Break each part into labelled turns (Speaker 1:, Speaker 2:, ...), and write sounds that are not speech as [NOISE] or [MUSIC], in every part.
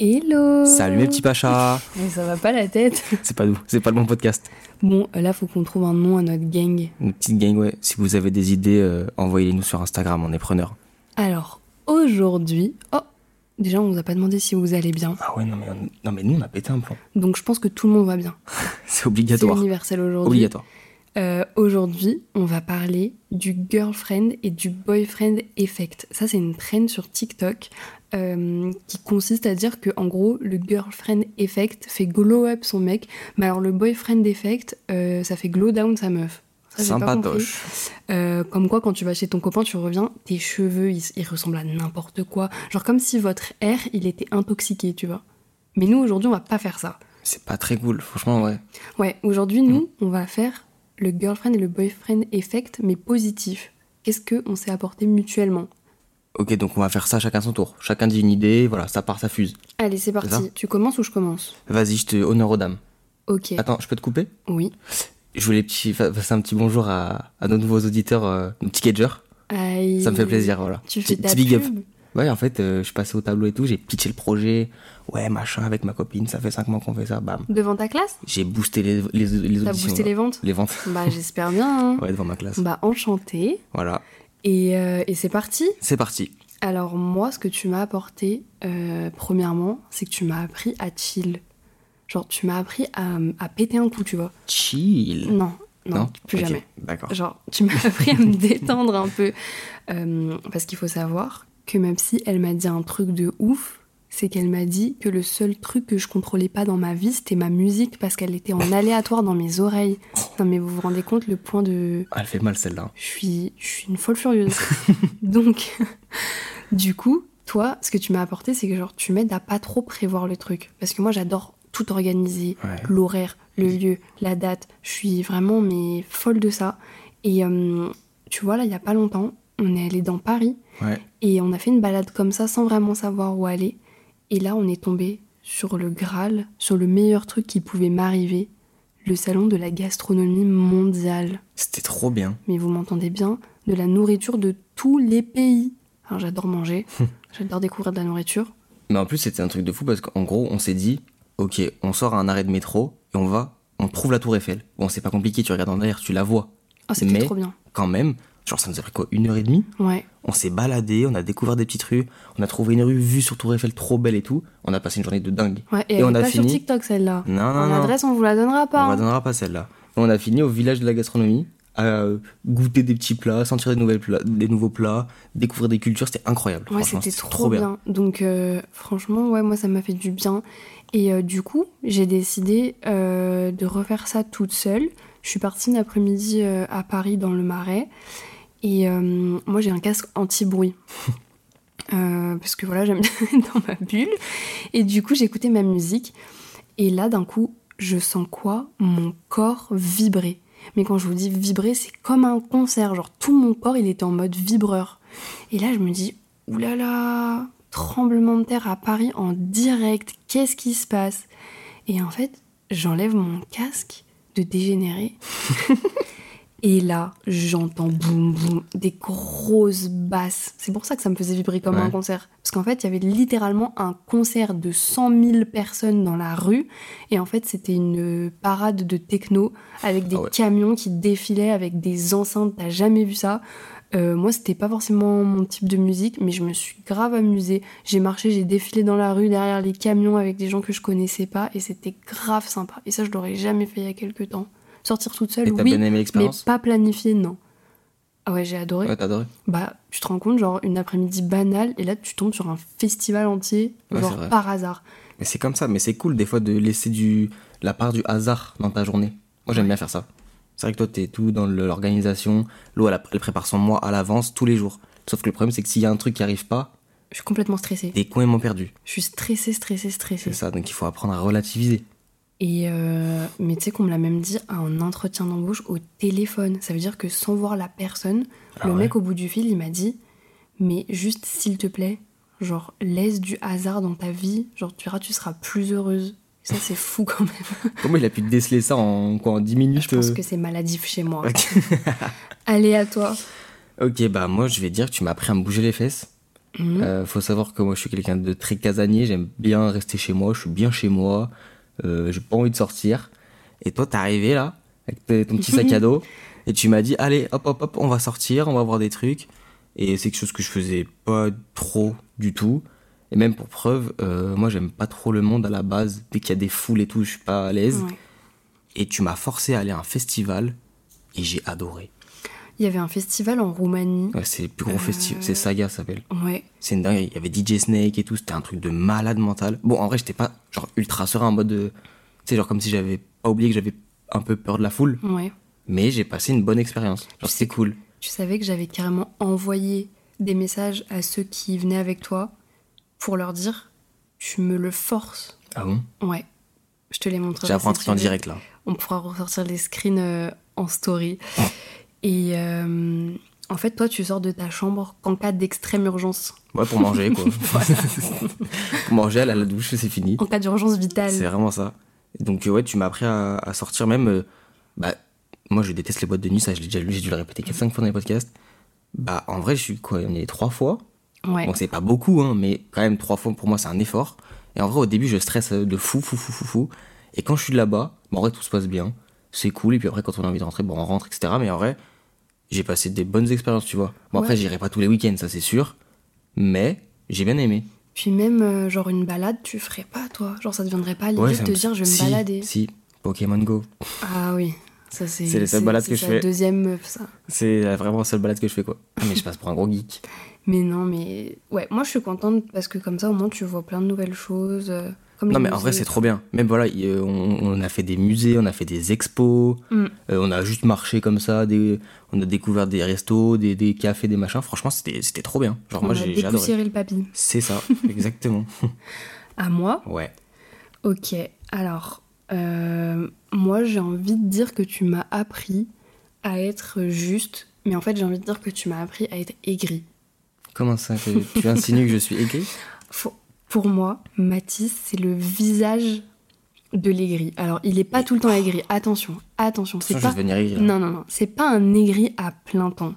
Speaker 1: Hello
Speaker 2: Salut mes petits pachas
Speaker 1: Mais ça va pas la tête
Speaker 2: [LAUGHS]
Speaker 1: [LAUGHS]
Speaker 2: C'est pas nous, c'est pas le bon podcast.
Speaker 1: Bon, là faut qu'on trouve un nom à notre gang.
Speaker 2: Une petite gang, ouais. Si vous avez des idées, euh, envoyez-les-nous sur Instagram, on est preneurs.
Speaker 1: Alors, aujourd'hui... Oh Déjà, on vous a pas demandé si vous allez bien.
Speaker 2: Ah ouais, non mais, on- non, mais nous on a pété un plan.
Speaker 1: Donc je pense que tout le monde va bien.
Speaker 2: [LAUGHS] C'est
Speaker 1: C'est
Speaker 2: obligatoire.
Speaker 1: universel aujourd'hui.
Speaker 2: Obligatoire.
Speaker 1: Euh, aujourd'hui, on va parler du girlfriend et du boyfriend effect. Ça, c'est une trend sur TikTok euh, qui consiste à dire que, en gros, le girlfriend effect fait glow up son mec, mais alors le boyfriend effect, euh, ça fait glow down sa meuf. Ça, j'ai pas compris.
Speaker 2: Sympatoche.
Speaker 1: Euh, comme quoi, quand tu vas chez ton copain, tu reviens, tes cheveux, ils, ils ressemblent à n'importe quoi. Genre comme si votre air, il était intoxiqué, tu vois. Mais nous, aujourd'hui, on va pas faire ça.
Speaker 2: C'est pas très cool, franchement, ouais.
Speaker 1: Ouais, aujourd'hui,
Speaker 2: Mmh.
Speaker 1: nous, on va faire le girlfriend et le boyfriend effect, mais positif. Qu'est-ce qu'on s'est apporté mutuellement
Speaker 2: Ok, donc on va faire ça chacun son tour. Chacun dit une idée, voilà, ça part, ça fuse.
Speaker 1: Allez, c'est
Speaker 2: C'est
Speaker 1: parti.
Speaker 2: ça
Speaker 1: Tu commences ou je commence
Speaker 2: Vas-y, je te honneur aux dames.
Speaker 1: Ok.
Speaker 2: Attends, je peux te couper
Speaker 1: Oui.
Speaker 2: Je voulais petit- fa- passer un petit bonjour à, à nos nouveaux auditeurs, euh, nos petits cagers.
Speaker 1: Aïe.
Speaker 2: Ça me fait plaisir, voilà.
Speaker 1: Tu fais
Speaker 2: Petit-
Speaker 1: ta
Speaker 2: petit big up.
Speaker 1: pub
Speaker 2: Ouais, en fait, euh, je suis passé au tableau et tout, j'ai pitché le projet. Ouais, machin, avec ma copine, ça fait 5 mois qu'on fait ça, bam.
Speaker 1: devant ta classe
Speaker 2: J'ai boosté les, les, les
Speaker 1: T'as
Speaker 2: auditions,
Speaker 1: boosté
Speaker 2: là.
Speaker 1: les ventes
Speaker 2: Les ventes.
Speaker 1: Bah, j'espère bien. hein.
Speaker 2: Ouais, devant ma classe.
Speaker 1: Bah, enchanté.
Speaker 2: Voilà,
Speaker 1: Et, euh, et c'est parti.
Speaker 2: c'est parti.
Speaker 1: Alors moi, ce que tu m'as apporté, euh, premièrement, c'est que tu m'as appris à chill. Genre, tu m'as appris à, à péter un coup, tu vois.
Speaker 2: Chill.
Speaker 1: Non, non, plus
Speaker 2: Ok,
Speaker 1: jamais.
Speaker 2: D'accord.
Speaker 1: Genre, tu m'as appris à [LAUGHS] me détendre un peu. Euh, parce qu'il faut savoir que même si elle m'a dit un truc de ouf, c'est qu'elle m'a dit que le seul truc que je contrôlais pas dans ma vie, c'était ma musique, parce qu'elle était [LAUGHS] en aléatoire dans mes oreilles. Non mais vous vous rendez compte le point de...
Speaker 2: Ah, Elle fait mal celle-là.
Speaker 1: Je suis, je suis une folle furieuse. Donc, [LAUGHS] du coup, toi, ce que tu m'as apporté, c'est que genre tu m'aides à pas trop prévoir le truc. Parce que moi, j'adore tout organiser,
Speaker 2: Ouais.
Speaker 1: l'horaire, le lieu, la date. Je suis vraiment mais folle de ça. Et euh, tu vois, là, il y a pas longtemps, on est allé dans Paris
Speaker 2: Ouais.
Speaker 1: et on a fait une balade comme ça sans vraiment savoir où aller. Et là, on est tombé sur le Graal, sur le meilleur truc qui pouvait m'arriver, le salon de la gastronomie mondiale
Speaker 2: C'était trop bien.
Speaker 1: mais vous m'entendez bien, de la nourriture de tous les pays. Alors j'adore
Speaker 2: [LAUGHS]
Speaker 1: manger, j'adore découvrir de la nourriture.
Speaker 2: Mais en plus, c'était un truc de fou parce qu'en gros, on s'est dit, ok, on sort à un arrêt de métro et on va, on trouve la Tour Eiffel. Bon, c'est pas compliqué, tu regardes en arrière, tu la vois.
Speaker 1: Ah, c'était
Speaker 2: Mais-
Speaker 1: trop bien.
Speaker 2: Quand même, genre, ça nous a pris quoi, une heure et demie
Speaker 1: Ouais,
Speaker 2: On s'est baladé, on a découvert des petites rues, on a trouvé une rue vue sur Tour Eiffel trop belle et tout. On a passé une journée de dingue.
Speaker 1: ouais. Et,
Speaker 2: Et
Speaker 1: elle
Speaker 2: on
Speaker 1: est
Speaker 2: a
Speaker 1: pas
Speaker 2: fini
Speaker 1: sur TikTok celle-là.
Speaker 2: Non, non,
Speaker 1: En
Speaker 2: non.
Speaker 1: adresse, on vous la donnera pas.
Speaker 2: On
Speaker 1: hein.
Speaker 2: ne donnera pas celle-là. On a fini au village de la gastronomie, à euh, goûter des petits plats, sentir des, nouvelles plats, des nouveaux plats, découvrir des cultures, c'était incroyable.
Speaker 1: Ouais,
Speaker 2: Franchement,
Speaker 1: c'était trop, bien. Donc euh, franchement, ouais, moi ça m'a fait du bien. Et euh, du coup, j'ai décidé euh, de refaire ça toute seule. Je suis partie une après-midi euh, à Paris dans le Marais. Et euh, moi j'ai un casque anti-bruit. Euh, parce que voilà, j'aime bien être dans ma bulle. Et du coup, j'écoutais ma musique. Et là, d'un coup, je sens quoi Mon corps vibrer. Mais quand je vous dis vibrer, c'est comme un concert. Genre, tout mon corps, il était en mode vibreur. Et là, je me dis, oulala, là là, tremblement de terre à Paris en direct. Qu'est-ce qui se passe Et en fait, j'enlève mon casque de dégénéré. Et là, j'entends boum boum des grosses basses. C'est pour ça que ça me faisait vibrer comme
Speaker 2: Ouais.
Speaker 1: un concert. Parce qu'en fait, il y avait littéralement un concert de 100 000 personnes dans la rue. Et en fait, c'était une euh, parade de techno avec des
Speaker 2: Ah ouais.
Speaker 1: camions qui défilaient avec des enceintes. T'as jamais vu ça Euh, Moi, c'était pas forcément mon type de musique, mais je me suis grave amusée. J'ai marché, j'ai défilé dans la rue derrière les camions avec des gens que je connaissais pas. Et c'était grave sympa. Et ça, je l'aurais jamais fait il y a quelques temps. Sortir toute seule,
Speaker 2: Et t'as
Speaker 1: oui,
Speaker 2: bien aimé
Speaker 1: mais
Speaker 2: l'expérience
Speaker 1: pas planifié, non. Ah ouais, j'ai adoré.
Speaker 2: Ouais, t'as adoré.
Speaker 1: Bah, tu te rends compte, genre, une après-midi banale, et là, tu tombes sur un festival entier,
Speaker 2: Ouais, c'est
Speaker 1: genre,
Speaker 2: vrai.
Speaker 1: par hasard.
Speaker 2: Mais c'est comme ça, mais c'est cool des fois de laisser du la part du hasard dans ta journée. Moi j'aime bien faire ça. C'est vrai que toi t'es tout dans le- l'organisation, l'eau elle, elle prépare son mois à l'avance tous les jours. Sauf que le problème c'est que s'il y a un truc qui arrive pas,
Speaker 1: Je suis complètement stressée.
Speaker 2: t'es complètement perdu.
Speaker 1: Je suis stressée, stressée, stressée.
Speaker 2: C'est ça, donc il faut apprendre à relativiser.
Speaker 1: Et euh, mais tu sais qu'on me l'a même dit à un entretien d'embauche au téléphone. Ça veut dire que sans voir la personne,
Speaker 2: Ah
Speaker 1: le
Speaker 2: ouais.
Speaker 1: mec au bout du fil, il m'a dit Mais juste s'il te plaît, genre laisse du hasard dans ta vie, genre tu verras, tu seras plus heureuse. Ça, c'est fou quand même.
Speaker 2: Comment il a pu déceler ça en quoi en 10 minutes
Speaker 1: Je pense
Speaker 2: euh
Speaker 1: que c'est maladif chez moi.
Speaker 2: Ok.
Speaker 1: [LAUGHS] Allez à toi.
Speaker 2: euh Ok, bah moi je vais dire que tu m'as appris à me bouger les fesses.
Speaker 1: Mhm.
Speaker 2: Euh, faut savoir que moi je suis quelqu'un de très casanier, j'aime bien rester chez moi, je suis bien chez moi, euh, j'ai pas envie de sortir. Et toi t'es arrivé là, avec tes- ton
Speaker 1: [LAUGHS]
Speaker 2: petit sac à dos, et tu m'as dit allez hop hop hop, on va sortir, on va voir des trucs. Et c'est quelque chose que je faisais pas trop du tout. Et même pour preuve, euh, moi j'aime pas trop le monde à la base, dès qu'il y a des foules et tout, je suis pas à l'aise.
Speaker 1: Ouais.
Speaker 2: Et tu m'as forcé à aller à un festival, et j'ai adoré.
Speaker 1: Il y avait un festival en Roumanie.
Speaker 2: Ouais, c'est le plus gros festival, c'est Saga ça s'appelle.
Speaker 1: Ouais.
Speaker 2: C'est une dinguerie. Il y avait DJ Snake et tout, c'était un truc de malade mental. Bon, en vrai, j'étais pas genre ultra serein en mode. de- Tu sais, genre comme si j'avais pas oublié que j'avais un peu peur de la foule,
Speaker 1: Ouais.
Speaker 2: mais j'ai passé une bonne expérience. Genre, c'était cool.
Speaker 1: Tu savais que j'avais carrément envoyé des messages à ceux qui venaient avec toi pour leur dire tu me le forces.
Speaker 2: Ah bon
Speaker 1: Ouais. Je te les montrerai.
Speaker 2: J'ai appris un
Speaker 1: si
Speaker 2: truc
Speaker 1: tu
Speaker 2: en
Speaker 1: veux.
Speaker 2: direct là.
Speaker 1: On pourra ressortir les screens euh, en
Speaker 2: [LAUGHS]
Speaker 1: story. Et euh, en fait, toi, tu sors de ta chambre qu'en cas d'extrême urgence,
Speaker 2: Ouais, pour manger [LAUGHS] quoi. pour manger, aller à la douche, c'est fini.
Speaker 1: en cas d'urgence
Speaker 2: C'est
Speaker 1: vitale.
Speaker 2: vraiment ça. Et Donc, euh, ouais, tu m'as appris à, à sortir même. euh, bah, moi, je déteste les boîtes de nuit, ça, je l'ai déjà lu, j'ai dû le répéter 4-5 fois dans les podcasts. Bah, en vrai, je suis quoi On est trois fois.
Speaker 1: Ouais.
Speaker 2: Bon, c'est pas beaucoup, hein, mais quand même, trois fois, pour moi, c'est un effort. Et en vrai, au début, je stresse euh, de fou, fou, fou, fou, fou. Et quand je suis là-bas, bah, en vrai, tout se passe bien. C'est cool. Et puis après, quand on a envie de rentrer, bon, on rentre, etc. Mais en vrai, j'ai passé des bonnes expériences, tu vois. Bon, après,
Speaker 1: Ouais.
Speaker 2: j'irai pas tous les week-ends, ça, c'est sûr. Mais j'ai bien aimé.
Speaker 1: Puis même, euh, genre, une balade, tu ferais pas, toi. Genre, ça deviendrait pas l'idée
Speaker 2: ça
Speaker 1: de te
Speaker 2: me-
Speaker 1: dire je vais
Speaker 2: Si,
Speaker 1: me balader.
Speaker 2: Si, Pokémon Go.
Speaker 1: Ah oui. Ça, c'est
Speaker 2: C'est les seules
Speaker 1: c'est-
Speaker 2: balades
Speaker 1: c'est
Speaker 2: que je
Speaker 1: sa
Speaker 2: fais.
Speaker 1: deuxième meuf, ça.
Speaker 2: C'est la- vraiment la seule balade que je fais, quoi. Ah, Mais je passe pour un
Speaker 1: [LAUGHS]
Speaker 2: gros geek.
Speaker 1: Mais non, mais ouais, moi je suis contente parce que comme ça au moins tu vois plein de nouvelles choses. euh, Comme
Speaker 2: Non,
Speaker 1: les
Speaker 2: mais en vrai,
Speaker 1: musées.
Speaker 2: c'est trop bien. Même voilà, il- euh, on, on a fait des musées, on a fait des expos,
Speaker 1: Mm.
Speaker 2: euh, on a juste marché comme ça, des, on a découvert des restos, des, des cafés, des machins. Franchement, c'était c'était trop bien. Genre,
Speaker 1: On
Speaker 2: moi,
Speaker 1: a
Speaker 2: j'ai j'ai adoré.
Speaker 1: dépoussiéré le papy. [LAUGHS]
Speaker 2: C'est ça, exactement.
Speaker 1: À moi
Speaker 2: Ouais.
Speaker 1: Ok, alors euh, moi j'ai envie de dire que tu m'as appris à être juste, mais en fait j'ai envie de dire que tu m'as appris à être aigri.
Speaker 2: Comment ça que Tu insinues que je suis aigri
Speaker 1: Faut- Pour moi, Matisse, c'est le visage de l'aigri. Alors il est pas tout le temps aigri, attention, attention,
Speaker 2: Attention,
Speaker 1: c'est
Speaker 2: oh Je vais
Speaker 1: pas
Speaker 2: devenir aigri. là.
Speaker 1: Non, non, non, c'est pas un aigri à plein temps.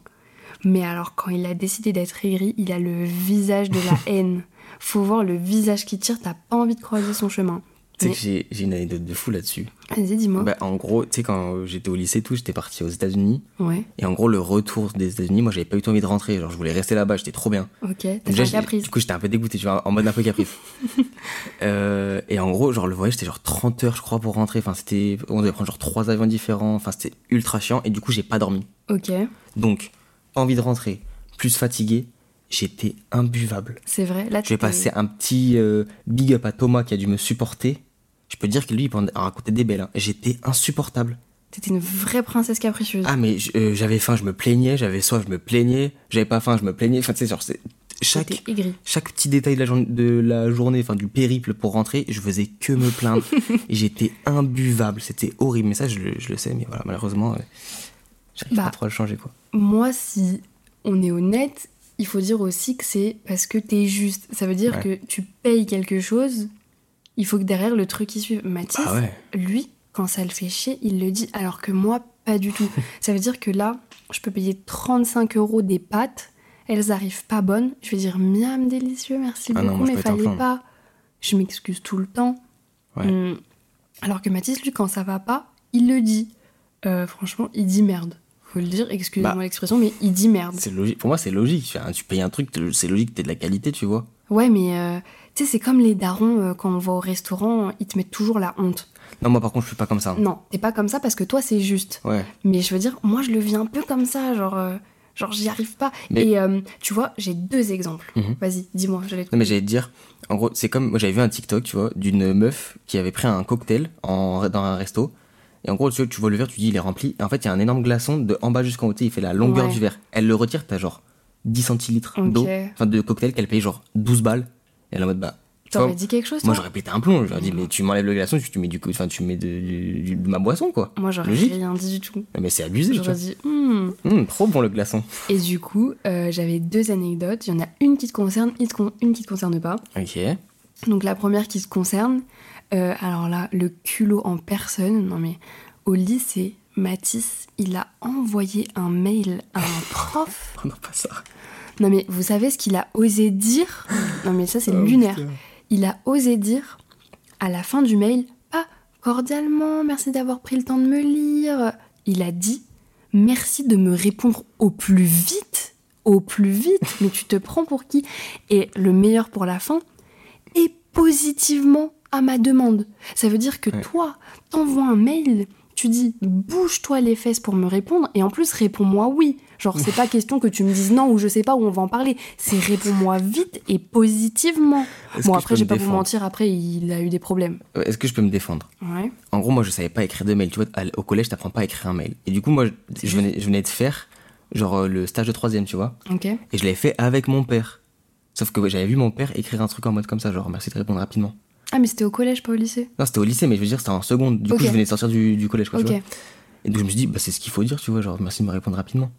Speaker 1: Mais alors, quand il a décidé d'être aigri, il a le visage de
Speaker 2: [LAUGHS]
Speaker 1: la haine. Faut voir le visage qui tire, t'as pas envie de croiser son chemin.
Speaker 2: Tu sais que j'ai- j'ai une anecdote de fou là-dessus.
Speaker 1: Vas-y, dis-moi.
Speaker 2: Bah, en gros, tu sais, quand j'étais au lycée et tout, j'étais parti aux États-Unis.
Speaker 1: Ouais,
Speaker 2: Et en gros, le retour des États-Unis, moi, j'avais pas eu envie de rentrer. Genre, je voulais rester là-bas, j'étais trop bien.
Speaker 1: ok, t'as
Speaker 2: Déjà,
Speaker 1: fait un
Speaker 2: j'ai-
Speaker 1: caprice.
Speaker 2: Du coup, j'étais un peu dégoûté, tu vois, en mode un
Speaker 1: [LAUGHS]
Speaker 2: peu caprice. Euh, et en gros, genre, le voyage, c'était genre 30 heures, je crois, pour rentrer. Enfin, c'était. On devait prendre genre trois avions différents. Enfin, c'était ultra chiant. Et du coup, j'ai pas dormi.
Speaker 1: Ok,
Speaker 2: Donc, pas envie de rentrer, plus fatigué, j'étais imbuvable.
Speaker 1: c'est vrai. Là,
Speaker 2: Je vais
Speaker 1: t'es-
Speaker 2: passer un petit euh, big up à Thomas qui a dû me supporter. Je peux te dire que lui, il peut en raconter des belles. hein. J'étais insupportable.
Speaker 1: T'étais une vraie princesse capricieuse.
Speaker 2: Ah, mais j- euh, j'avais faim, je me plaignais. J'avais soif, je me plaignais. J'avais pas faim, je me plaignais. Enfin, tu sais, genre, c'est- chaque
Speaker 1: T'étais aigri.
Speaker 2: chaque petit détail de la, jour- de la journée, enfin du périple pour rentrer, je faisais que me plaindre. et j'étais imbuvable, c'était horrible. Mais ça, je le, je le sais, mais voilà, malheureusement, euh, j'arrive
Speaker 1: Bah.
Speaker 2: pas trop à le changer, quoi.
Speaker 1: Moi, si on est honnête, il faut dire aussi que c'est parce que t'es juste. Ça veut dire
Speaker 2: Ouais.
Speaker 1: que tu payes quelque chose, il faut que derrière le truc y suive. Mathis,
Speaker 2: Ah ouais.
Speaker 1: lui, quand ça le fait chier, il le dit, alors que moi, pas du
Speaker 2: [LAUGHS]
Speaker 1: tout. ça veut dire que là, je peux payer 35 euros des pâtes, elles arrivent pas bonnes, je vais dire miam délicieux, merci
Speaker 2: Ah non,
Speaker 1: beaucoup,
Speaker 2: moi, je
Speaker 1: mais
Speaker 2: pète un
Speaker 1: fallait
Speaker 2: plomb.
Speaker 1: pas. Je m'excuse tout le temps.
Speaker 2: Ouais.
Speaker 1: Hum. Alors que Mathis, lui, quand ça va pas, il le dit. Euh, franchement, il dit merde. Faut le dire, excusez-moi
Speaker 2: Bah.
Speaker 1: l'expression, mais il dit merde.
Speaker 2: C'est logique. Pour moi, c'est logique. Enfin, tu payes un truc, t'es- c'est logique que t'aies de la qualité, tu vois.
Speaker 1: Ouais, mais euh, tu sais, c'est comme les darons, euh, quand on va au restaurant, ils te mettent toujours la honte.
Speaker 2: Non, moi, par contre, je suis pas comme ça. hein.
Speaker 1: Non, t'es pas comme ça parce que toi, c'est juste.
Speaker 2: Ouais.
Speaker 1: Mais je veux dire, moi, je le vis un peu comme ça, genre, euh, genre j'y arrive pas.
Speaker 2: Mais-
Speaker 1: Et euh, tu vois, j'ai deux exemples.
Speaker 2: Mhm.
Speaker 1: Vas-y, dis-moi, j'allais te
Speaker 2: Non, mais j'allais te dire, en gros, c'est comme. Moi, j'avais vu un TikTok, tu vois, d'une meuf qui avait pris un cocktail en, dans un resto. Et en gros, tu vois, tu vois le verre, tu dis, il est rempli. Et en fait, il y a un énorme glaçon de en bas jusqu'en haut. tu sais, Il fait la longueur
Speaker 1: Ouais.
Speaker 2: du verre. Elle le retire, t'as genre 10 centilitres
Speaker 1: Ok.
Speaker 2: d'eau, enfin de cocktail qu'elle paye genre 12 balles. Et elle est en mode, bah. tu vois,
Speaker 1: T'aurais dit quelque chose, toi
Speaker 2: moi, j'aurais pété un plomb. Je leur dis, mais tu m'enlèves le glaçon, tu, tu mets du, co- enfin, tu mets de, du- du- de ma boisson, quoi.
Speaker 1: Moi, j'aurais
Speaker 2: Logique.
Speaker 1: rien dit du tout.
Speaker 2: Mais c'est abusé, tu vois.
Speaker 1: J'aurais dit, Hmm.
Speaker 2: Hum, trop bon le glaçon.
Speaker 1: Et du coup, euh, j'avais deux anecdotes. Il y en a une qui te concerne, une te con- une qui te concerne pas.
Speaker 2: [LAUGHS] Ok.
Speaker 1: Donc la première qui se concerne, euh, alors là, le culot en personne, non mais au lycée,
Speaker 2: [LAUGHS]
Speaker 1: Mathis, il a envoyé un mail à un prof
Speaker 2: Oh non, pas ça.
Speaker 1: Non mais vous savez ce qu'il a osé dire Non mais ça c'est
Speaker 2: Oh,
Speaker 1: lunaire.
Speaker 2: putain.
Speaker 1: Il a osé dire à la fin du mail pas cordialement, merci d'avoir pris le temps de me lire. Il a dit merci de me répondre au plus vite, au plus vite. Mais tu te prends pour qui Et le meilleur pour la fin et positivement à ma demande. Ça veut dire que
Speaker 2: Ouais.
Speaker 1: toi, t'envoies un mail, tu dis bouge-toi les fesses pour me répondre, et en plus réponds-moi oui. Genre, c'est pas question que tu me dises non ou je sais pas où on va en parler. C'est réponds-moi vite et positivement.
Speaker 2: Est-ce
Speaker 1: Bon,
Speaker 2: que je
Speaker 1: après,
Speaker 2: peux
Speaker 1: j'ai
Speaker 2: me
Speaker 1: pas vous
Speaker 2: défendre
Speaker 1: mentir, après, il a eu des problèmes.
Speaker 2: Euh, Est-ce que je peux me défendre
Speaker 1: Ouais.
Speaker 2: En gros, moi, je savais pas écrire de mail. Tu vois, à l- au collège, t'apprends pas à écrire un mail. Et du coup, moi, je- je venais, je venais de faire, genre, euh, le stage de troisième, tu vois.
Speaker 1: Ok.
Speaker 2: Et je l'avais fait avec mon père. Sauf que ouais, j'avais vu mon père écrire un truc en mode comme ça, genre, merci de répondre rapidement.
Speaker 1: Ah, mais c'était au collège, pas au lycée
Speaker 2: Non, c'était au lycée, mais je veux dire, c'était en seconde. Du
Speaker 1: Ok.
Speaker 2: coup, je venais de sortir du, du collège, quoi, tu
Speaker 1: Ok.
Speaker 2: vois. Et donc, je me suis dit, bah, c'est ce qu'il faut dire, tu vois, genre, merci de me répondre rapidement.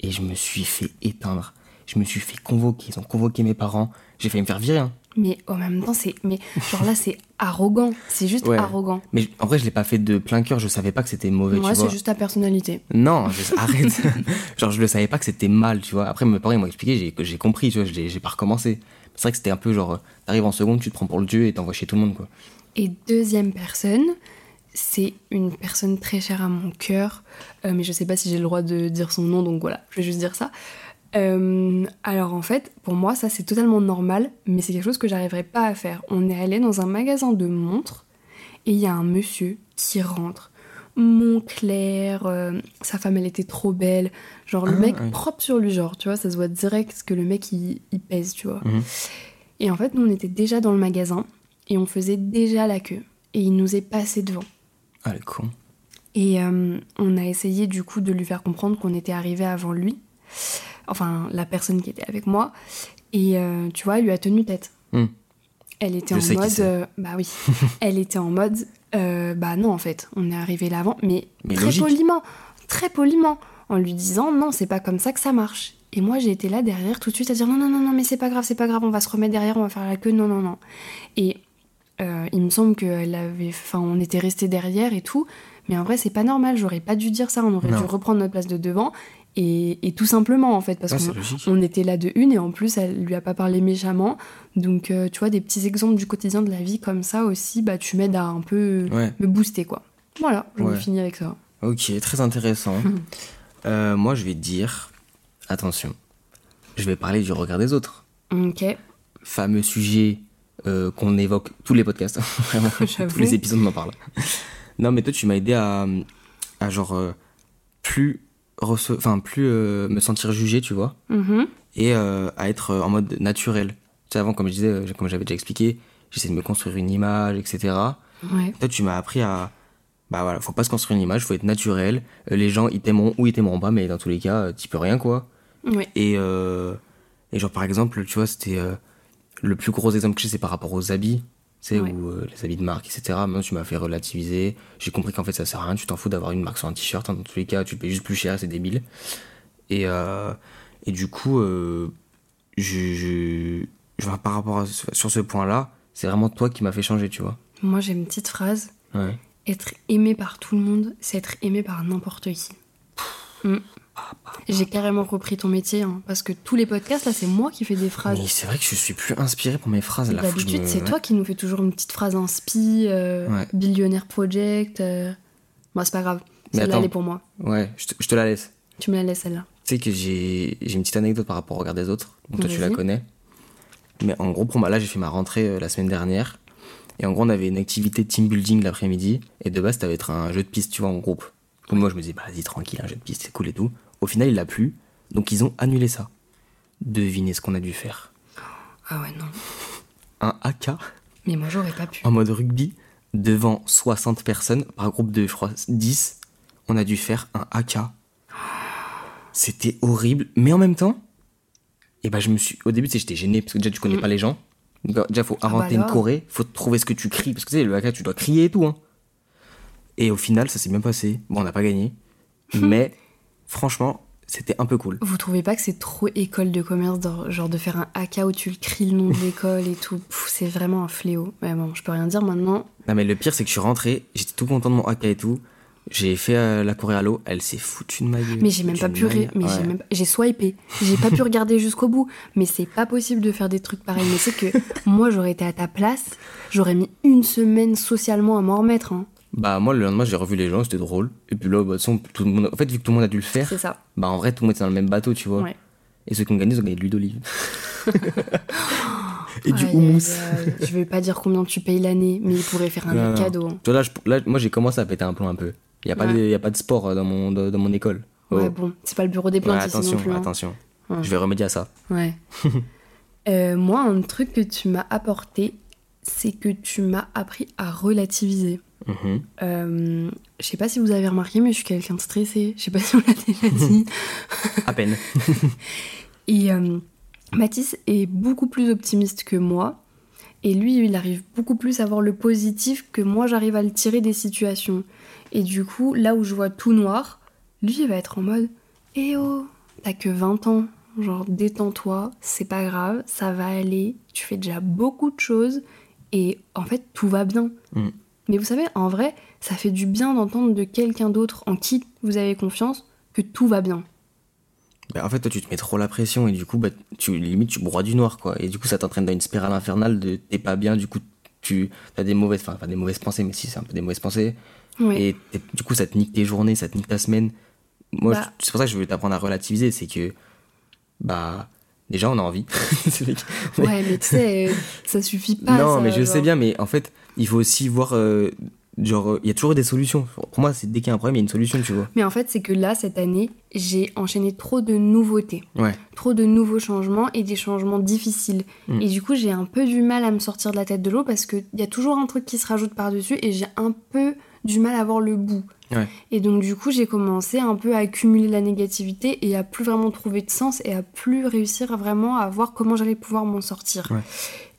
Speaker 2: Et je me suis fait éteindre. Je me suis fait convoquer. Ils ont convoqué mes parents. J'ai failli me faire virer, hein.
Speaker 1: Mais en même temps, c'est. Mais genre là, c'est arrogant. C'est juste
Speaker 2: Ouais.
Speaker 1: arrogant.
Speaker 2: Mais je- en vrai, je l'ai pas fait de plein cœur. Je savais pas que c'était mauvais,
Speaker 1: Moi,
Speaker 2: tu vois.
Speaker 1: c'est juste ta personnalité.
Speaker 2: Non, je- [LAUGHS] arrête. Genre, je le savais pas que c'était mal, tu vois. Après, mes parents ils m'ont expliqué, j'ai- que j'ai compris, tu vois, je l'ai- j'ai pas recommencé. C'est vrai que c'était un peu genre, euh, t'arrives en seconde, tu te prends pour le dieu et t'envoies chez tout le monde, quoi.
Speaker 1: Et deuxième personne, c'est une personne très chère à mon cœur, euh, mais je sais pas si j'ai le droit de dire son nom, donc voilà, je vais juste dire ça. Euh, alors en fait, pour moi, ça c'est totalement normal, mais c'est quelque chose que j'arriverai pas à faire. On est allé dans un magasin de montres et il y a un monsieur qui rentre. Montclair, euh, sa femme elle était trop belle, genre le
Speaker 2: Ah,
Speaker 1: mec
Speaker 2: oui.
Speaker 1: propre sur lui, genre tu vois, ça se voit direct que le mec il, il pèse, tu vois.
Speaker 2: Mhm.
Speaker 1: Et en fait, nous on était déjà dans le magasin et on faisait déjà la queue et il nous est passé devant.
Speaker 2: Ah, le con.
Speaker 1: Et euh, on a essayé du coup de lui faire comprendre qu'on était arrivé avant lui, enfin la personne qui était avec moi, et euh, tu vois, elle lui a tenu tête.
Speaker 2: Hmm.
Speaker 1: Elle était
Speaker 2: Je sais
Speaker 1: en
Speaker 2: qui
Speaker 1: mode,
Speaker 2: c'est.
Speaker 1: euh, bah
Speaker 2: [LAUGHS]
Speaker 1: oui, elle était en mode, euh, bah non en fait, on est arrivé là avant, mais,
Speaker 2: Mais
Speaker 1: très
Speaker 2: logique.
Speaker 1: poliment, très poliment, en lui disant non, c'est pas comme ça que ça marche. Et moi j'ai été là derrière tout de suite à dire non, non, non, non, mais c'est pas grave, c'est pas grave, on va se remettre derrière, on va faire la queue, non, non, non. Et euh, il me semble qu'elle avait, enfin, on était resté derrière et tout, mais en vrai c'est pas normal, j'aurais pas dû dire ça, on aurait
Speaker 2: Non.
Speaker 1: dû reprendre notre place de devant. Et, et tout simplement en fait parce
Speaker 2: Ah,
Speaker 1: qu'on [LAUGHS]
Speaker 2: c'est logique.
Speaker 1: on était là de une et en plus elle lui a pas parlé méchamment donc euh, tu vois des petits exemples du quotidien de la vie comme ça aussi bah tu m'aides à un peu
Speaker 2: Ouais,
Speaker 1: me booster quoi voilà j'en ai
Speaker 2: Ouais.
Speaker 1: fini avec ça
Speaker 2: ok, très intéressant. Euh, moi, je vais dire, attention, je vais parler du regard des autres.
Speaker 1: ok
Speaker 2: Fameux sujet euh, qu'on évoque tous les podcasts, [LAUGHS] vraiment,
Speaker 1: J'avoue.
Speaker 2: tous les épisodes, on en parle. non, mais toi, tu m'as aidé à, à genre, euh, plus, rece- enfin, plus euh, me sentir jugé, tu vois.
Speaker 1: Mhm.
Speaker 2: et euh, à être euh, en mode naturel. Tu sais, avant, comme je disais, euh, comme j'avais déjà expliqué, j'essaie de me construire une image, etc.
Speaker 1: ouais
Speaker 2: Toi, tu m'as appris à. Bah voilà, faut pas se construire une image, faut être naturel. Euh, Les gens, ils t'aimeront ou ils t'aimeront pas, mais dans tous les cas, euh, t'y peux rien, quoi.
Speaker 1: ouais
Speaker 2: Et, euh, et genre, par exemple, tu vois, c'était. euh, le plus gros exemple que j'ai, c'est par rapport aux habits. Tu sais,
Speaker 1: Ouais.
Speaker 2: ou euh, les habits de marque, etc. Maintenant, tu m'as fait relativiser. J'ai compris qu'en fait, ça sert à rien. Tu t'en fous d'avoir une marque sur un t-shirt. hein. Dans tous les cas, tu payes juste plus cher, c'est débile. Et, euh, et du coup, euh, je, je, je- enfin, par rapport à ce- sur ce point-là, c'est vraiment toi qui m'as fait changer, tu vois.
Speaker 1: moi j'ai une petite phrase
Speaker 2: Ouais.
Speaker 1: être aimé par tout le monde c'est être aimé par n'importe qui Mm.
Speaker 2: Ah, bah,
Speaker 1: j'ai carrément repris ton métier hein, parce que tous les podcasts là c'est moi qui fais des phrases
Speaker 2: Mais c'est vrai que je suis plus inspiré pour mes phrases. là, faut que je
Speaker 1: bah, D'habitude,
Speaker 2: me-
Speaker 1: c'est
Speaker 2: ouais.
Speaker 1: toi qui nous fais toujours une petite phrase inspi, euh,
Speaker 2: Ouais.
Speaker 1: billionaire project. euh. Bon, c'est pas grave.
Speaker 2: Mais
Speaker 1: Celle-là,
Speaker 2: attends.
Speaker 1: elle est pour moi.
Speaker 2: Ouais, je te- je te la laisse.
Speaker 1: Tu me la laisses, celle-là.
Speaker 2: Tu sais que j'ai j'ai une petite anecdote par rapport au regard des autres. Donc toi, tu la
Speaker 1: Vas-y.
Speaker 2: connais. Mais en gros, pour moi, là, j'ai fait ma rentrée euh, la semaine dernière. Et en gros, on avait une activité team building l'après-midi. Et de base, ça va être un jeu de piste, tu vois, en groupe. Donc moi, je me dis, bah vas-y, tranquille, un jeu de piste, c'est cool et tout. Au final, il a plu. Donc ils ont annulé ça. Devinez ce qu'on a dû faire.
Speaker 1: Ah ouais, non.
Speaker 2: Un AK
Speaker 1: Mais moi, j'aurais pas pu.
Speaker 2: en mode rugby devant 60 personnes par groupe de, je crois, 10. On a dû faire un AK. C'était horrible, mais en même temps, et ben je me suis. Au début, tu sais, j'étais gêné parce que déjà tu connais pas les gens. Donc, déjà, faut
Speaker 1: Mm. Ah bah
Speaker 2: inventer une
Speaker 1: alors.
Speaker 2: choré, faut trouver ce que tu cries parce que tu sais, le AK, tu dois crier et tout. hein. Et au final, ça s'est bien passé. Bon, on n'a pas gagné,
Speaker 1: [LAUGHS]
Speaker 2: mais franchement, c'était un peu cool.
Speaker 1: Vous trouvez pas que c'est trop école de commerce, dans- genre de faire un AK où tu le cries le nom de l'école et tout Pff, C'est vraiment un fléau. Mais bon, je peux rien dire maintenant.
Speaker 2: Non mais le pire c'est que je suis rentré, j'étais tout content de mon AK et tout. J'ai fait euh, la Corée à l'eau, elle s'est foutue de ma gueule.
Speaker 1: Mais j'ai même
Speaker 2: D'une
Speaker 1: pas pu, ré-
Speaker 2: manière-
Speaker 1: mais j'ai
Speaker 2: ouais.
Speaker 1: même, j'ai swipé, j'ai pas pu regarder jusqu'au bout. Mais c'est pas possible de faire des trucs pareils. Mais c'est
Speaker 2: [LAUGHS]
Speaker 1: que moi j'aurais été à ta place, j'aurais mis une semaine socialement à m'en remettre. hein.
Speaker 2: Bah moi le lendemain j'ai revu les gens, c'était drôle. Et puis là, bah, de toute façon, tout le monde... en fait vu que tout le monde a dû le faire,
Speaker 1: C'est ça.
Speaker 2: bah en vrai tout le monde était dans le même bateau, tu vois.
Speaker 1: Ouais.
Speaker 2: Et ceux qui ont gagné, ils ont gagné de
Speaker 1: [LAUGHS]
Speaker 2: l'huile d'olive. Et du
Speaker 1: Aïe, aïe,
Speaker 2: houmous.
Speaker 1: aïe. euh, Je vais pas dire combien tu payes l'année, mais ils pourraient faire un
Speaker 2: Non, non.
Speaker 1: autre cadeau. hein.
Speaker 2: Tu vois, là, je- là, moi j'ai commencé à péter un plomb un peu. Il n'y a, pas
Speaker 1: Ouais.
Speaker 2: de- y a pas de sport euh, dans mon, de- dans mon école. Oh.
Speaker 1: Ouais, bon, c'est pas le bureau des
Speaker 2: Ouais,
Speaker 1: plaintes ici
Speaker 2: attention,
Speaker 1: non plus. hein.
Speaker 2: attention.
Speaker 1: Ouais.
Speaker 2: Je vais remédier à ça. [LAUGHS]
Speaker 1: Ouais. Euh, moi, un truc que tu m'as apporté, c'est que tu m'as appris à relativiser.
Speaker 2: Mhm.
Speaker 1: Euh, je sais pas si vous avez remarqué, mais je suis quelqu'un de stressé. Je sais pas si on l'a déjà dit.
Speaker 2: À peine.
Speaker 1: Et euh, Mathis est beaucoup plus optimiste que moi. Et lui, il arrive beaucoup plus à voir le positif que moi, j'arrive à le tirer des situations. Et du coup, là où je vois tout noir, lui, il va être en mode Eh oh, t'as que 20 ans. Genre, détends-toi, c'est pas grave, ça va aller. Tu fais déjà beaucoup de choses. Et en fait, tout va bien.
Speaker 2: Mm.
Speaker 1: Mais vous savez, en vrai, ça fait du bien d'entendre de quelqu'un d'autre en qui vous avez confiance que tout va bien.
Speaker 2: Bah, en fait, toi, tu te mets trop la pression et du coup, bah, tu limite, tu broies du noir, quoi. Et du coup, ça t'entraîne dans une spirale infernale de t'es pas bien, du coup, tu as des mauvaises, enfin, pas des mauvaises pensées, mais si, c'est un peu des mauvaises pensées.
Speaker 1: Ouais.
Speaker 2: Et t'es- du coup, ça te nique tes journées, ça te nique ta semaine. Moi,
Speaker 1: Bah.
Speaker 2: je- c'est pour ça que je veux t'apprendre à relativiser, c'est que, bah, déjà, on a envie. [LAUGHS] C'est vrai que-
Speaker 1: Ouais, mais tu sais, euh, ça suffit pas.
Speaker 2: non,
Speaker 1: ça,
Speaker 2: mais je
Speaker 1: genre.
Speaker 2: sais bien, mais en fait, il faut aussi voir, euh, genre, euh, il y a toujours des solutions. Pour moi, c'est dès qu'il y a un problème, il y a une solution, tu vois.
Speaker 1: Mais en fait, c'est que là, cette année, j'ai enchaîné trop de nouveautés,
Speaker 2: Ouais.
Speaker 1: trop de nouveaux changements et des changements difficiles.
Speaker 2: Mm.
Speaker 1: Et du coup, j'ai un peu du mal à me sortir de la tête de l'eau parce qu'il y a toujours un truc qui se rajoute par-dessus et j'ai un peu du mal à voir le bout.
Speaker 2: Ouais.
Speaker 1: Et donc, du coup, j'ai commencé un peu à accumuler la négativité et à plus vraiment trouver de sens et à plus réussir à vraiment à voir comment j'allais pouvoir m'en sortir.
Speaker 2: Ouais.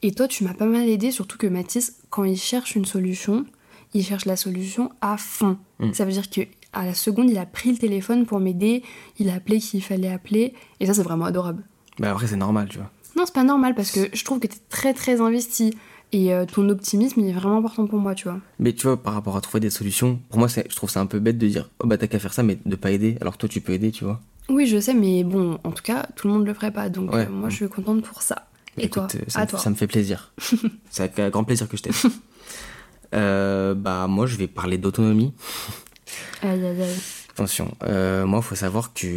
Speaker 1: Et toi, tu m'as pas mal aidé, surtout que Mathis, quand il cherche une solution, il cherche la solution à fond.
Speaker 2: Mm.
Speaker 1: Ça veut dire que à la seconde, il a pris le téléphone pour m'aider, il a appelé qui il fallait appeler, et ça, c'est vraiment adorable.
Speaker 2: Bah, après, c'est normal, tu vois.
Speaker 1: Non, c'est pas normal parce que je trouve que t'es très très investi et euh, ton optimisme il est vraiment important pour moi, tu vois.
Speaker 2: Mais tu vois, par rapport à trouver des solutions, pour moi, c'est- je trouve ça un peu bête de dire, oh bah t'as qu'à faire ça, mais de pas aider, alors que toi tu peux aider, tu vois.
Speaker 1: Oui, je sais, mais bon, en tout cas, tout le monde le ferait pas, donc
Speaker 2: Ouais.
Speaker 1: euh, moi je suis contente pour ça.
Speaker 2: Bah,
Speaker 1: et toi,
Speaker 2: écoute, euh, ça,
Speaker 1: à
Speaker 2: me-
Speaker 1: toi.
Speaker 2: ça me
Speaker 1: [LAUGHS]
Speaker 2: fait plaisir. c'est avec euh, grand plaisir que je t'aide. Euh, bah, moi, je vais parler d'autonomie.
Speaker 1: Aïe aïe aïe.
Speaker 2: Attention, euh, moi, faut savoir que.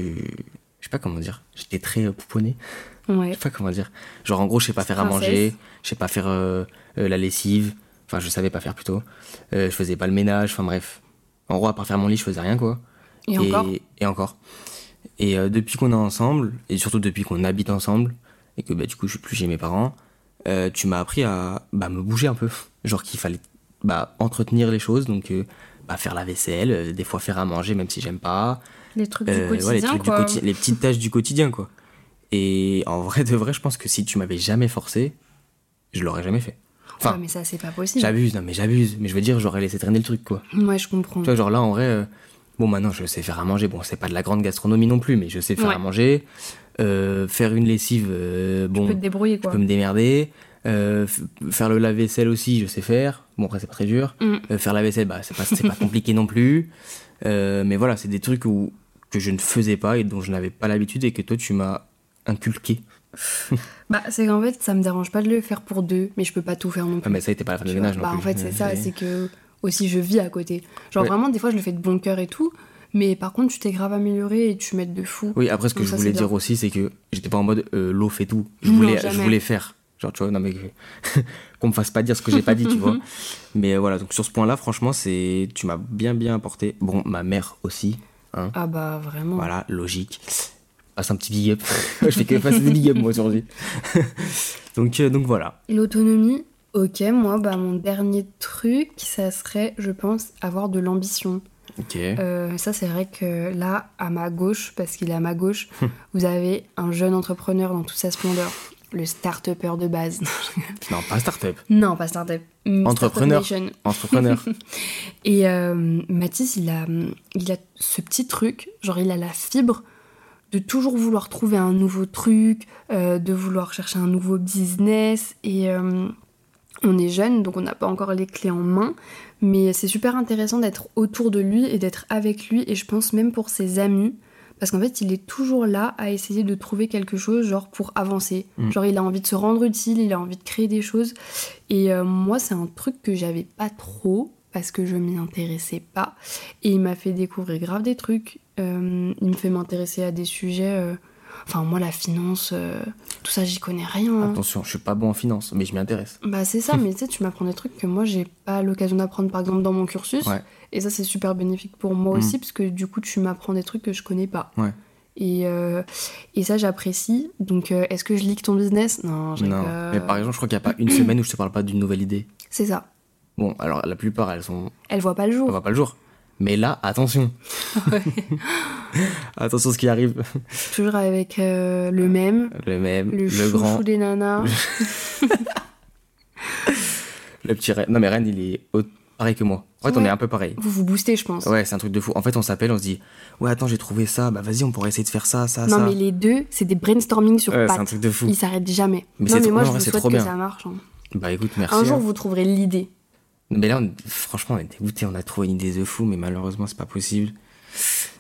Speaker 2: Je sais pas comment dire, j'étais très euh, pouponné. Je
Speaker 1: Ouais.
Speaker 2: sais pas comment dire. Genre, en gros, je sais pas faire à
Speaker 1: Princesse.
Speaker 2: manger, je sais pas faire euh, euh, la lessive, enfin, je savais pas faire plutôt. Euh, je faisais pas le ménage, enfin, bref. En gros, à part faire mon lit, je faisais rien, quoi.
Speaker 1: Et, encore
Speaker 2: Et encore. Et, euh, depuis qu'on est ensemble, et surtout depuis qu'on habite ensemble, et que bah, du coup je suis plus chez mes parents, euh, tu m'as appris à bah, me bouger un peu. Genre qu'il fallait bah, entretenir les choses, donc euh, bah, faire la vaisselle, euh, des fois faire à manger même si j'aime pas.
Speaker 1: les trucs
Speaker 2: Euh,
Speaker 1: du quotidien
Speaker 2: ouais, les, trucs du
Speaker 1: quoi.
Speaker 2: quotidi- les petites tâches du quotidien quoi. Et en vrai de vrai, je pense que si tu m'avais jamais forcé, je l'aurais jamais fait. Enfin,
Speaker 1: Ouais, mais ça c'est pas possible.
Speaker 2: j'abuse, non mais j'abuse, mais je veux dire, j'aurais laissé traîner le truc quoi.
Speaker 1: Moi je comprends.
Speaker 2: Tu vois, genre là, en vrai, euh, bon, maintenant, je sais faire à manger. Bon, c'est pas de la grande gastronomie non plus, mais je sais faire
Speaker 1: Ouais.
Speaker 2: à manger. Euh, faire une lessive, euh,
Speaker 1: Tu
Speaker 2: bon,
Speaker 1: peux te débrouiller
Speaker 2: je
Speaker 1: quoi.
Speaker 2: peux me démerder. Euh, f- faire le lave-vaisselle aussi, je sais faire. Bon, après, c'est pas très dur.
Speaker 1: Mm.
Speaker 2: Euh, faire la vaisselle, bah, c'est pas,
Speaker 1: [LAUGHS]
Speaker 2: c'est pas compliqué non plus. Euh, mais voilà, c'est des trucs où, que je ne faisais pas et dont je n'avais pas l'habitude et que toi, tu m'as inculqué.
Speaker 1: Bah c'est qu'en fait ça me dérange pas de le faire pour deux, mais je peux pas tout faire non
Speaker 2: Ah,
Speaker 1: plus.
Speaker 2: mais ça, t'es pas à la fin
Speaker 1: tu
Speaker 2: du
Speaker 1: vois.
Speaker 2: ménage non
Speaker 1: bah en
Speaker 2: plus.
Speaker 1: fait c'est ça,
Speaker 2: Et-
Speaker 1: c'est que aussi je vis à côté. Genre
Speaker 2: Ouais.
Speaker 1: vraiment des fois je le fais de bon cœur et tout, mais par contre tu t'es grave amélioré et tu m'aides de fou.
Speaker 2: Oui, après, ce que
Speaker 1: Donc
Speaker 2: je
Speaker 1: Mm, ça,
Speaker 2: voulais
Speaker 1: c'est
Speaker 2: dire
Speaker 1: bien.
Speaker 2: aussi, c'est que j'étais pas en mode euh, l'eau fait tout. Je
Speaker 1: Non,
Speaker 2: voulais, je
Speaker 1: jamais.
Speaker 2: voulais faire. Genre, tu vois, non, mais que- [LAUGHS] qu'on me fasse pas dire ce que j'ai pas
Speaker 1: [LAUGHS]
Speaker 2: dit, tu vois. Mais euh, voilà, donc sur ce point-là, franchement, c'est tu m'as bien, bien apporté. Bon, ma mère aussi. Hein.
Speaker 1: Ah bah vraiment.
Speaker 2: Voilà, logique. Passe Ah, un petit big up. [LAUGHS] je fais que passer des big up, moi, aujourd'hui. [LAUGHS] donc, euh, donc voilà.
Speaker 1: L'autonomie, ok, moi, bah, mon dernier truc, ça serait, je pense, avoir de l'ambition.
Speaker 2: Ok.
Speaker 1: Euh, ça, c'est vrai que là, à ma gauche, parce qu'il est à ma
Speaker 2: [LAUGHS]
Speaker 1: gauche,
Speaker 2: Hum.
Speaker 1: vous avez un jeune entrepreneur dans toute sa splendeur. Le start-upper de base. [LAUGHS]
Speaker 2: Non, pas start-up.
Speaker 1: non, pas start-up. mm,
Speaker 2: Entrepreneur.
Speaker 1: Startup Nation.
Speaker 2: [LAUGHS] Entrepreneur.
Speaker 1: Et euh, Mathis, il a, il a ce petit truc, genre il a la fibre de toujours vouloir trouver un nouveau truc, euh, de vouloir chercher un nouveau business. Et euh, on est jeune, donc on n'a pas encore les clés en main, mais c'est super intéressant d'être autour de lui et d'être avec lui, et je pense même pour ses amis, parce qu'en fait, il est toujours là à essayer de trouver quelque chose, genre pour avancer.
Speaker 2: Mm.
Speaker 1: Genre, il a envie de se rendre utile, il a envie de créer des choses. Et euh, moi, c'est un truc que j'avais pas trop, parce que je m'y intéressais pas. Et il m'a fait découvrir grave des trucs. Euh, il me fait m'intéresser à des sujets. euh, Enfin, moi, la finance, euh, tout ça, j'y connais rien. hein.
Speaker 2: Attention, je suis pas bon en finance, mais je m'y intéresse.
Speaker 1: Bah c'est ça, mais tu sais, tu m'apprends des trucs que moi j'ai pas l'occasion d'apprendre par exemple dans mon cursus.
Speaker 2: Ouais.
Speaker 1: Et ça c'est super bénéfique pour moi
Speaker 2: Mm.
Speaker 1: aussi parce que du coup tu m'apprends des trucs que je connais pas.
Speaker 2: Ouais.
Speaker 1: Et, euh, et ça j'apprécie. Donc euh, est-ce que je lis ton business Non, je
Speaker 2: Non.
Speaker 1: rigole.
Speaker 2: Mais par exemple, je crois qu'il n'y a pas une semaine où je te parle pas d'une nouvelle idée.
Speaker 1: C'est ça.
Speaker 2: Bon, alors la plupart, elles sont.
Speaker 1: Elle voit pas le
Speaker 2: On
Speaker 1: jour.
Speaker 2: va pas le jour. Mais là, attention. [LAUGHS] attention à ce qui arrive.
Speaker 1: Toujours avec euh, le même,
Speaker 2: Le même,
Speaker 1: le,
Speaker 2: le,
Speaker 1: chouchou
Speaker 2: grand,
Speaker 1: des nanas.
Speaker 2: le petit Ren. Non, mais Ren, il est au- pareil que moi. En fait, on
Speaker 1: Ouais.
Speaker 2: est un peu pareil.
Speaker 1: Vous vous boostez je pense.
Speaker 2: Ouais, c'est un truc de fou. En fait, on s'appelle, on se dit Ouais, attends, j'ai trouvé ça. Bah, vas-y, on pourrait essayer de faire ça, ça,
Speaker 1: non
Speaker 2: ça.
Speaker 1: mais les deux c'est des brainstorming sur
Speaker 2: Ouais, c'est un
Speaker 1: pattes.
Speaker 2: truc de fou.
Speaker 1: Ils s'arrêtent jamais.
Speaker 2: Mais
Speaker 1: non
Speaker 2: c'est
Speaker 1: mais
Speaker 2: trop-
Speaker 1: moi
Speaker 2: non,
Speaker 1: je vous
Speaker 2: en vrai, c'est
Speaker 1: souhaite
Speaker 2: trop
Speaker 1: que
Speaker 2: bien.
Speaker 1: ça marche. hein.
Speaker 2: Bah, écoute, merci.
Speaker 1: Un jour
Speaker 2: hein.
Speaker 1: vous trouverez l'idée.
Speaker 2: Mais là, on- franchement, on est dégoûté. On a trouvé une idée de fou, mais malheureusement, c'est pas possible.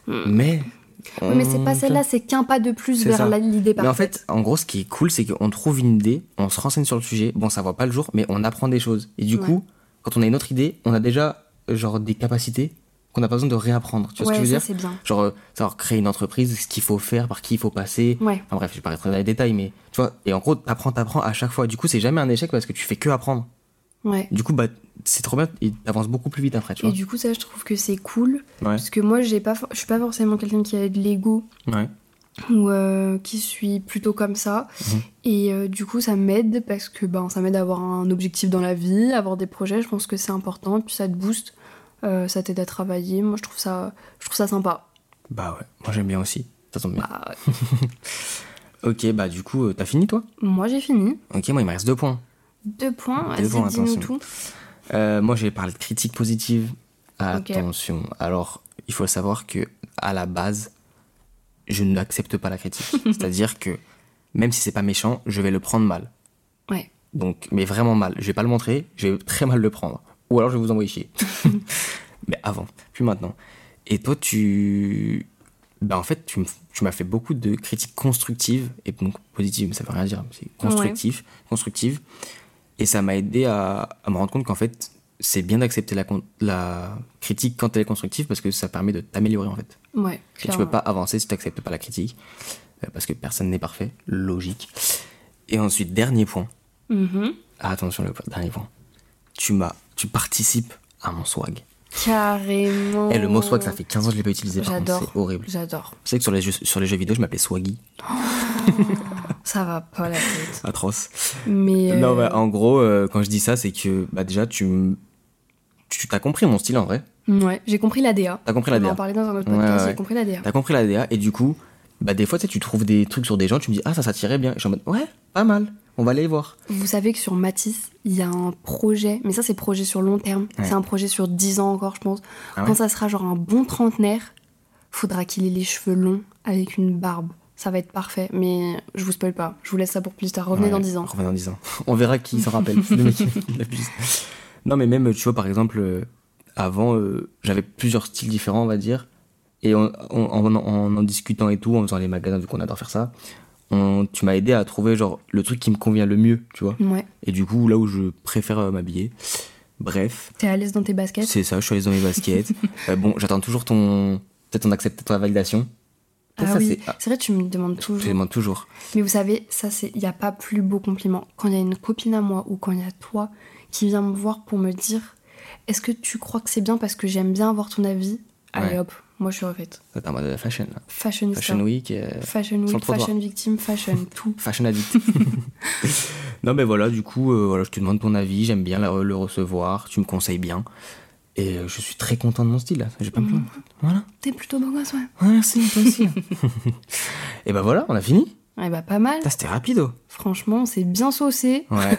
Speaker 1: Mm.
Speaker 2: Mais.
Speaker 1: Oui, mais c'est
Speaker 2: on-
Speaker 1: pas celle-là, c'est qu'un pas de plus
Speaker 2: Mmh, C'est
Speaker 1: vers
Speaker 2: ça.
Speaker 1: la- l'idée
Speaker 2: Mais en
Speaker 1: parfaite.
Speaker 2: fait, en gros, ce qui est cool, c'est qu'on trouve une idée, on se renseigne sur le sujet. Bon, ça voit pas le jour, mais on apprend des choses. Et du
Speaker 1: Ouais.
Speaker 2: coup, quand on a une autre idée, on a déjà euh, genre des capacités qu'on n'a pas besoin de réapprendre. Tu vois
Speaker 1: ouais,
Speaker 2: ce que je
Speaker 1: ça
Speaker 2: veux dire
Speaker 1: c'est bien.
Speaker 2: Genre euh, savoir créer une entreprise, ce qu'il faut faire, par qui il faut passer.
Speaker 1: Ouais.
Speaker 2: Enfin bref, je vais pas rentrer dans les détails, mais tu vois. Et en gros, t'apprends, t'apprends à chaque fois. Du coup, c'est jamais un échec parce que tu fais que apprendre.
Speaker 1: Ouais.
Speaker 2: Du coup, bah c'est trop bien. Et t'avances beaucoup plus vite après, tu
Speaker 1: Et
Speaker 2: vois.
Speaker 1: du coup, ça, je trouve que c'est cool.
Speaker 2: Ouais.
Speaker 1: Parce que moi, j'ai pas for- je suis pas forcément quelqu'un qui a de l'ego
Speaker 2: Ouais.
Speaker 1: ou euh, qui suis plutôt comme ça.
Speaker 2: Mhm.
Speaker 1: Et euh, du coup, ça m'aide parce que ben, ça m'aide à avoir un objectif dans la vie, avoir des projets. Je pense que c'est important. Puis ça te booste, euh, ça t'aide à travailler. Moi, je trouve ça, je trouve ça sympa.
Speaker 2: Bah ouais. Moi, j'aime bien aussi. Ça tombe bien.
Speaker 1: Bah, ouais.
Speaker 2: Ok, bah du coup, euh, t'as fini toi
Speaker 1: moi, j'ai fini.
Speaker 2: Ok, moi, il me reste deux points.
Speaker 1: Deux points.
Speaker 2: Deux points,
Speaker 1: Vas-y, dis-nous
Speaker 2: attention.
Speaker 1: tout.
Speaker 2: Euh, moi, je vais parler de critique positive.
Speaker 1: Ok.
Speaker 2: Attention. Alors, il faut savoir que à la base, je n'accepte pas la [LAUGHS] critique. C'est-à-dire que même si c'est pas méchant, je vais le prendre mal.
Speaker 1: Ouais.
Speaker 2: Donc, mais vraiment mal. Je vais pas le montrer. Je vais très mal le prendre. Ou alors, je vais vous envoyer chier. mais avant, puis maintenant. Et toi, tu, ben en fait, tu me- tu m'as fait beaucoup de critiques constructives et donc positives. mais Ça veut rien dire. mais C'est constructif, constructive. Et ça m'a aidé à, à me rendre compte qu'en fait, c'est bien d'accepter la, con- la critique quand elle est constructive parce que ça permet de t'améliorer en fait.
Speaker 1: Ouais,
Speaker 2: Et tu
Speaker 1: clairement.
Speaker 2: peux pas avancer si tu n'acceptes pas la critique euh, parce que personne n'est parfait, logique. Et ensuite, dernier point.
Speaker 1: Mhm.
Speaker 2: Ah, attention, le po- dernier point. Tu m'as, tu participes à mon swag.
Speaker 1: Carrément.
Speaker 2: Et Eh, le mot swag, ça fait 15 ans que je l'ai pas utilisé. par contre,
Speaker 1: J'adore.
Speaker 2: C'est horrible.
Speaker 1: J'adore.
Speaker 2: Je sais que sur les jeux, sur les jeux vidéo, je m'appelais Swaggy.
Speaker 1: Ça va pas la tête.
Speaker 2: Atroce.
Speaker 1: Mais. euh,
Speaker 2: Non, bah, en gros, euh, quand je dis ça, c'est que bah, déjà, tu m- tu t'as compris mon style en vrai.
Speaker 1: Ouais, j'ai compris la DA.
Speaker 2: T'as compris la
Speaker 1: On va
Speaker 2: DA.
Speaker 1: en parler dans un autre
Speaker 2: Ouais,
Speaker 1: podcast,
Speaker 2: ouais.
Speaker 1: j'ai compris la DA.
Speaker 2: T'as compris la DA et du coup, bah, des fois, tu sais, tu trouves des trucs sur des gens, tu me dis, ah, ça, ça tirait bien. Et je suis en mode, ouais, pas mal, on va aller voir.
Speaker 1: Vous savez que sur Matisse, il y a un projet, mais ça c'est projet sur long terme,
Speaker 2: Ouais.
Speaker 1: c'est un projet sur 10 ans encore, je pense.
Speaker 2: Ah
Speaker 1: Quand
Speaker 2: ouais
Speaker 1: ça sera genre un bon trentenaire, faudra qu'il ait les cheveux longs avec une barbe. Ça va être parfait, mais je vous spoil pas, je vous laisse ça pour plus tard, revenez
Speaker 2: Ouais,
Speaker 1: dans 10 ans.
Speaker 2: Revenez dans 10 ans. [LAUGHS] on verra qui s'en rappelle. Le mec, il abuse. Non, mais même, tu vois, par exemple, euh, avant, euh, j'avais plusieurs styles différents, on va dire. Et on- on- en, en- en discutant et tout, en faisant les magasins, vu qu'on adore faire ça, on- tu m'as aidé à trouver genre le truc qui me convient le mieux, tu vois.
Speaker 1: Ouais,
Speaker 2: Et du coup, là où je préfère euh, m'habiller. Bref,
Speaker 1: t'es à l'aise dans tes baskets
Speaker 2: c'est ça, je suis allé dans
Speaker 1: [LAUGHS]
Speaker 2: mes baskets. Euh, bon, j'attends toujours ton. Peut-être on accepte ta validation. Peut-être
Speaker 1: Ah
Speaker 2: ça,
Speaker 1: oui,
Speaker 2: c'est- ah,
Speaker 1: c'est vrai, tu me demandes
Speaker 2: je te
Speaker 1: toujours.
Speaker 2: demande toujours.
Speaker 1: Mais vous savez, ça c'est, il n'y a pas plus beau compliment. Quand il y a une copine à moi ou quand il y a toi qui vient me voir pour me dire, est-ce que tu crois que c'est bien parce que j'aime bien avoir ton avis Allez
Speaker 2: Ouais.
Speaker 1: hop, moi je suis refaite.
Speaker 2: Ça, T'es en mode euh, fashion, là.
Speaker 1: Fashionista.
Speaker 2: Fashion
Speaker 1: Fashion,
Speaker 2: Week. euh, sur le
Speaker 1: week,
Speaker 2: trottoir.
Speaker 1: fashion victime,
Speaker 2: [LAUGHS]
Speaker 1: fashion tout.
Speaker 2: Fashion addict. non, mais voilà, du coup, euh, voilà, je te demande ton avis. J'aime bien la- le recevoir. Tu me conseilles bien. Et euh, je suis très content de mon style, là. J'ai pas me plaindre. Mmh. Voilà.
Speaker 1: T'es plutôt beau gosse, ouais.
Speaker 2: Ouais, merci, toi aussi. hein. [LAUGHS] Et bah voilà, on a fini.
Speaker 1: Eh bah pas mal.
Speaker 2: Putain, C'était rapido.
Speaker 1: Franchement, c'est bien saucé.
Speaker 2: [LAUGHS] Ouais.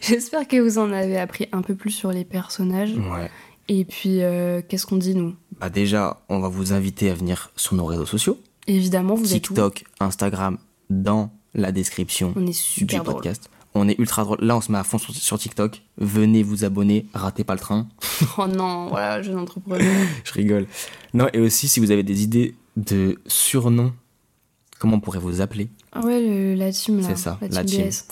Speaker 1: J'espère que vous en avez appris un peu plus sur les personnages.
Speaker 2: ouais.
Speaker 1: Et puis, euh, qu'est-ce qu'on dit nous
Speaker 2: Bah déjà, on va vous inviter à venir sur nos réseaux sociaux.
Speaker 1: Évidemment, vous êtes où
Speaker 2: TikTok, Instagram, dans la description
Speaker 1: On est
Speaker 2: du
Speaker 1: super drôle.
Speaker 2: podcast. On est ultra drôle. Là, on se met à fond sur, sur TikTok. Venez vous abonner, ratez pas le train.
Speaker 1: [LAUGHS] Oh non, voilà, jeune entrepreneur.
Speaker 2: Je rigole. Non, et aussi, si vous avez des idées de surnoms, comment on pourrait vous appeler
Speaker 1: Ah ouais, le- la team là.
Speaker 2: C'est ça,
Speaker 1: la team.
Speaker 2: la team. [LAUGHS]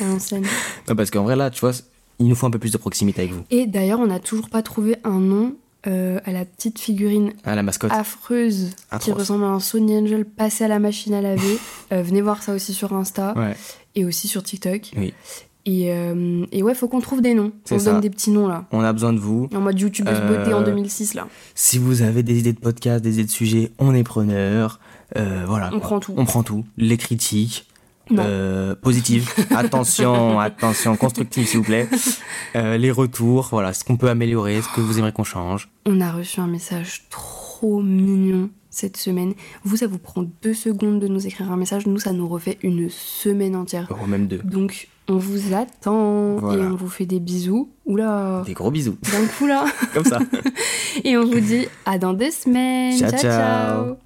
Speaker 1: DS, à l'ancienne.
Speaker 2: Non, Parce qu'en vrai, là, tu vois, il nous faut un peu plus de proximité avec vous.
Speaker 1: Et d'ailleurs, on n'a toujours pas trouvé un nom euh, à la petite figurine
Speaker 2: Ah, la mascotte.
Speaker 1: affreuse qui
Speaker 2: Atroce.
Speaker 1: ressemble à un Sony Angel passé à la machine à
Speaker 2: [LAUGHS]
Speaker 1: laver. Euh, venez voir ça aussi sur Insta
Speaker 2: Ouais.
Speaker 1: et aussi sur TikTok.
Speaker 2: Oui.
Speaker 1: Et, euh, et ouais, faut qu'on trouve des noms.
Speaker 2: C'est
Speaker 1: On se donne
Speaker 2: ça.
Speaker 1: des petits noms là.
Speaker 2: On a besoin de vous.
Speaker 1: En mode youtubeuse beauté en
Speaker 2: Euh,
Speaker 1: 2006 là.
Speaker 2: Si vous avez des idées de podcast, des idées de sujets, on est preneur. Euh, voilà.
Speaker 1: On
Speaker 2: quoi.
Speaker 1: prend tout.
Speaker 2: On prend tout. Les critiques.
Speaker 1: Non.
Speaker 2: euh,
Speaker 1: [LAUGHS]
Speaker 2: positives. attention, attention, constructives s'il vous plaît. Euh, les retours, voilà, ce qu'on peut améliorer, ce que vous aimeriez qu'on change.
Speaker 1: On a reçu un message trop mignon cette semaine. Vous, ça vous prend deux secondes de nous écrire un message. Nous, ça nous refait une semaine entière.
Speaker 2: Ou même deux.
Speaker 1: Donc, on vous attend
Speaker 2: Voilà.
Speaker 1: et on vous fait des bisous. Oula,
Speaker 2: Des gros bisous,
Speaker 1: d'un coup là.
Speaker 2: comme ça.
Speaker 1: Et on vous dit à dans deux semaines.
Speaker 2: Ciao,
Speaker 1: ciao.
Speaker 2: ciao.
Speaker 1: ciao.